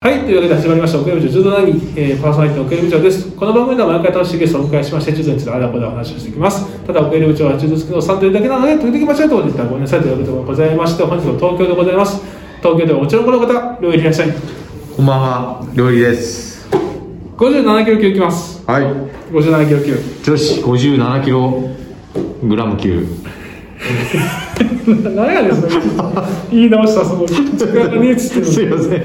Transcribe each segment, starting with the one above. はい、というわけで始まりました、奥山部長、柔道談義、えーパーソナリティの奥山部長です。この番組では毎回楽しいゲストをお迎えしまして、柔道についてあらこだお話をしていきます。ただ、奥山部長は柔道好きのサンドリーだけなので、時々間違えたこと言ったらごめんなさいということでございまして、本日は東京でございます。東京ではもちろんこの方、両位いらっしゃい。こんばんは、料理です。 57キロ級いきます。はい、 57キロ級。女子57キログラム級。 何やですね、 言い直した、その、力が見えつってる すいません。す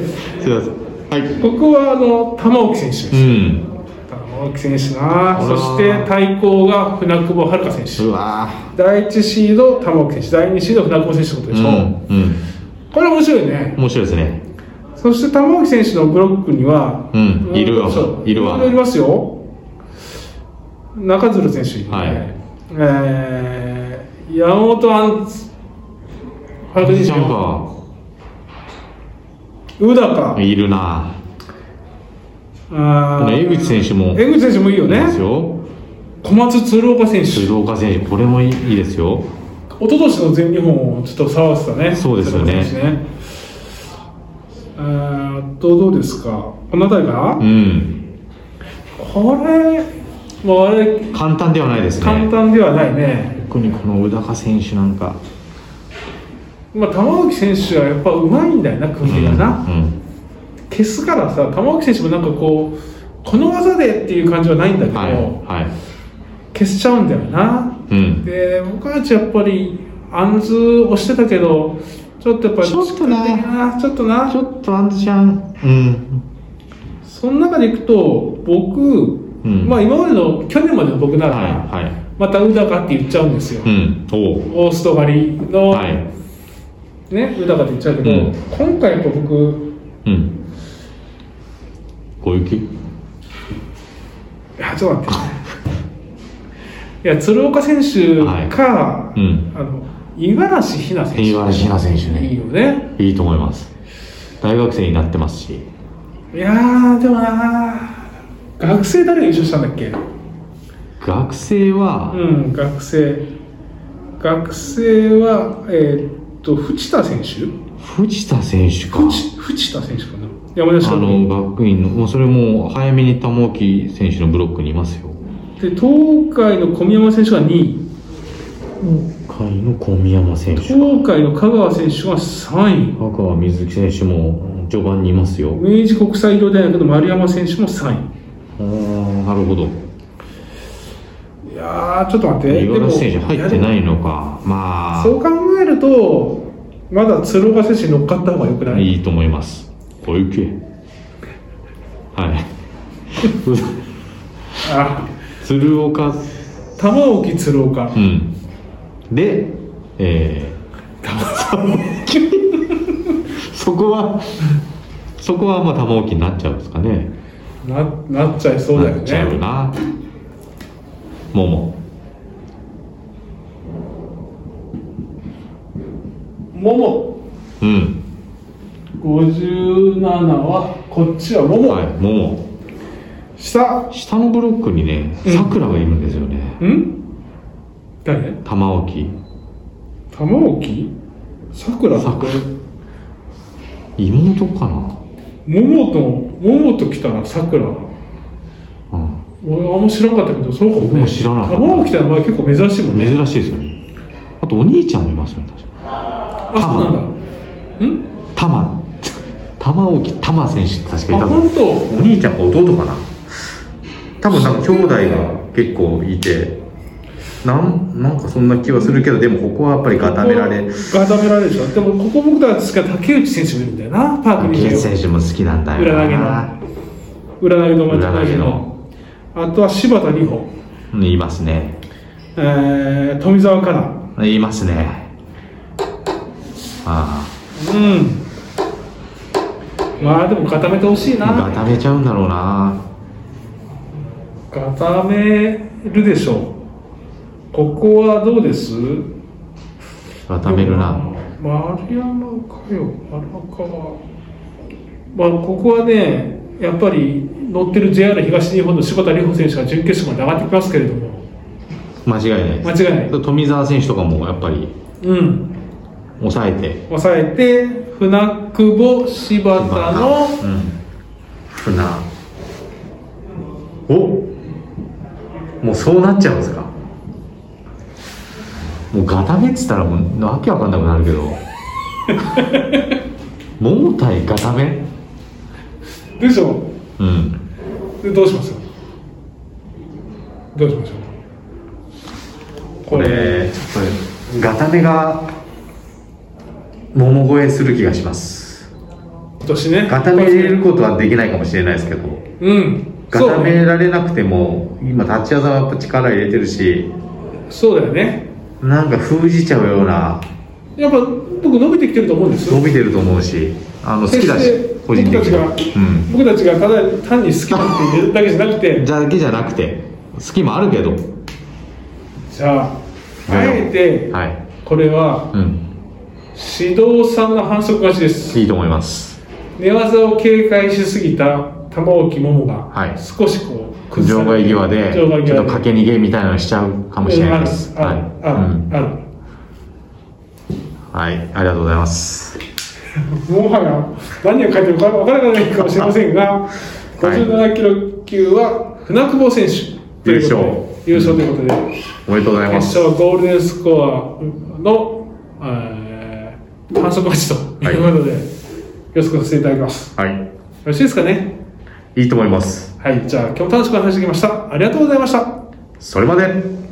いません。はい。ここは、あの、玉置選手ですう。ん。玉置選手なそして対抗が船久保遥香選手。うわ第1シード玉置選手第2シード船久保選手ってことーでしょ、うん。これ面白いね面白いですね。そして玉置選手のブロックには、うんいるわそういるわろろいますよ中鶴選手いるね、はいえー、山本アンツ原口ジャ選ンパ手宇高ーいるな。あー江口選手も。江口選手もいいよいいねですよ。小松鶴岡選手一鶴岡選手、これもいいですよ。昨年の全日本をちょっと騒がせたねそうですよね鶴岡選手ねえーっとどうですかこの辺りかな、うん。これ、まあ、あれ簡単ではないですね。簡単ではないね、特にこの宇高選手なんか。まあ、玉置選手はやっぱうまいんだよな、組み手がな、うん。消すからさ、玉置選手もなんかこう、この技でっていう感じはないんだけうんど、はい。は消しちゃうんだよな、い。うん。で、僕たちやっぱり、あんずをしてたけど、ちょっとやっぱり、ちょっとな力的なちょっとちな、ょっとアンズちゃん。うん。その中でいくと、僕、うんまあ今までの、去年までの僕なら、はい。はい。また宇高って言っちゃうんですよ、うん。おう。オースト狩りの。はい。ね、豊かって言っちゃうけど、うん今回やっぱ僕うん。小雪いやちょっと待っていや鶴岡選手か、うん。あの五十嵐ひな選手五十嵐ひな選手ねいいよねいいと思います。大学生になってますし。いやーでもなー学生誰が優勝したんだっけ学生はう、ん学生学生はえーっと藤田選手藤田選手か。藤藤田選手かな山梨あのの、バックインの、もうそれも早めに玉置選手のブロックにいますよ。で東海の小宮山選手が2位今回の小宮山選手。東海の香川選手が3位香川瑞希選手も序盤にいますよ。明治国際医療大学の丸山選手も3あーなるほど。位いやーちょっと待って五十嵐選手入ってないいのか。まそう考えるとまだ鶴岡選手に乗っかった方がよくなあ、いいいと思います。小雪。はい。あ鶴岡、玉置鶴岡うん。で、えー、そこは、そこはまあ玉置になっちゃうんですかね。ななっちゃいそうだよなっちゃうねな。もも。ももうん。 57はこっちはもも、はい、もも。下下のブロックにね、うんさくらがいるんですよね。ん誰玉置。玉置さくらさく妹かな。ももとももと来たらさくらうん。俺あんま知らなかったけどそうかも僕も知らなかった玉置来たら結構珍しいもんね珍しいですよね。あとお兄ちゃんもいますよね、確か。あそうなんだん玉玉置玉選手って確かいあた本ぞ当お兄ちゃんか弟かな多分なんか兄弟が結構いてなんなんかそんな気はするけどでもここはやっぱり固められガタメラでしょでもここ僕たちしか竹内選手もいるんだよなパーク金24選手も好きなんだよ裏投げな裏投げの裏投げのあとは柴田理穂、うんいますねえー、富澤かないますねあうんまあでも固めてほしいあな固めちゃうんだろうな固めるでしょうここはどうです固めるな丸山かよ丸山かまあここはねやっぱり乗ってる JR 東日本の柴田理穂選手が準決勝まで上がってきますけれども間違いないです間違いない富澤選手とかもやっぱりうん抑えて抑えて船久保柴田のうん船おもうそうなっちゃうんですかもうガタメっつったらもうわけわかんなくなるけ ど桃対ガタメでしょうんでどうしますどうしましょうこれちょっとガタメが桃越えする気がします今年ねガタメ入れることはできないかもしれないですけどうんガそタうメられなくても今立ち技はやっぱ力入れてるしそうだよねなんか封じちゃうようなやっぱ僕伸びてきてると思うんですよ伸びてると思うしあの好きだし決して個人的に僕たちがうん僕たちがただ単に好きだって言うだけじゃなくてじゃだけじゃなくて好きもあるけどじゃああえてはいこれはうん指導さんの反則勝ちですいいと思います寝技を警戒しすぎた玉置桃はがい少しこう場外際でち場外際でょっと駆け逃げみたいなのしちゃうかもしれないですうんあはい、るある、うんあるあるはい、ありがとうございますもはや何を書いてるか分からないかもしれませんが、57キロ級は船久保選手優勝ということで優勝ということで、おめでとうございま決す勝ゴールデンスコアの、えー、反則勝ちということで、よろしくさせていただきます。よはいろしいですかね。いいと思いますはい、じゃあ今日も楽しくお話しできました。ありがとうございました。それまで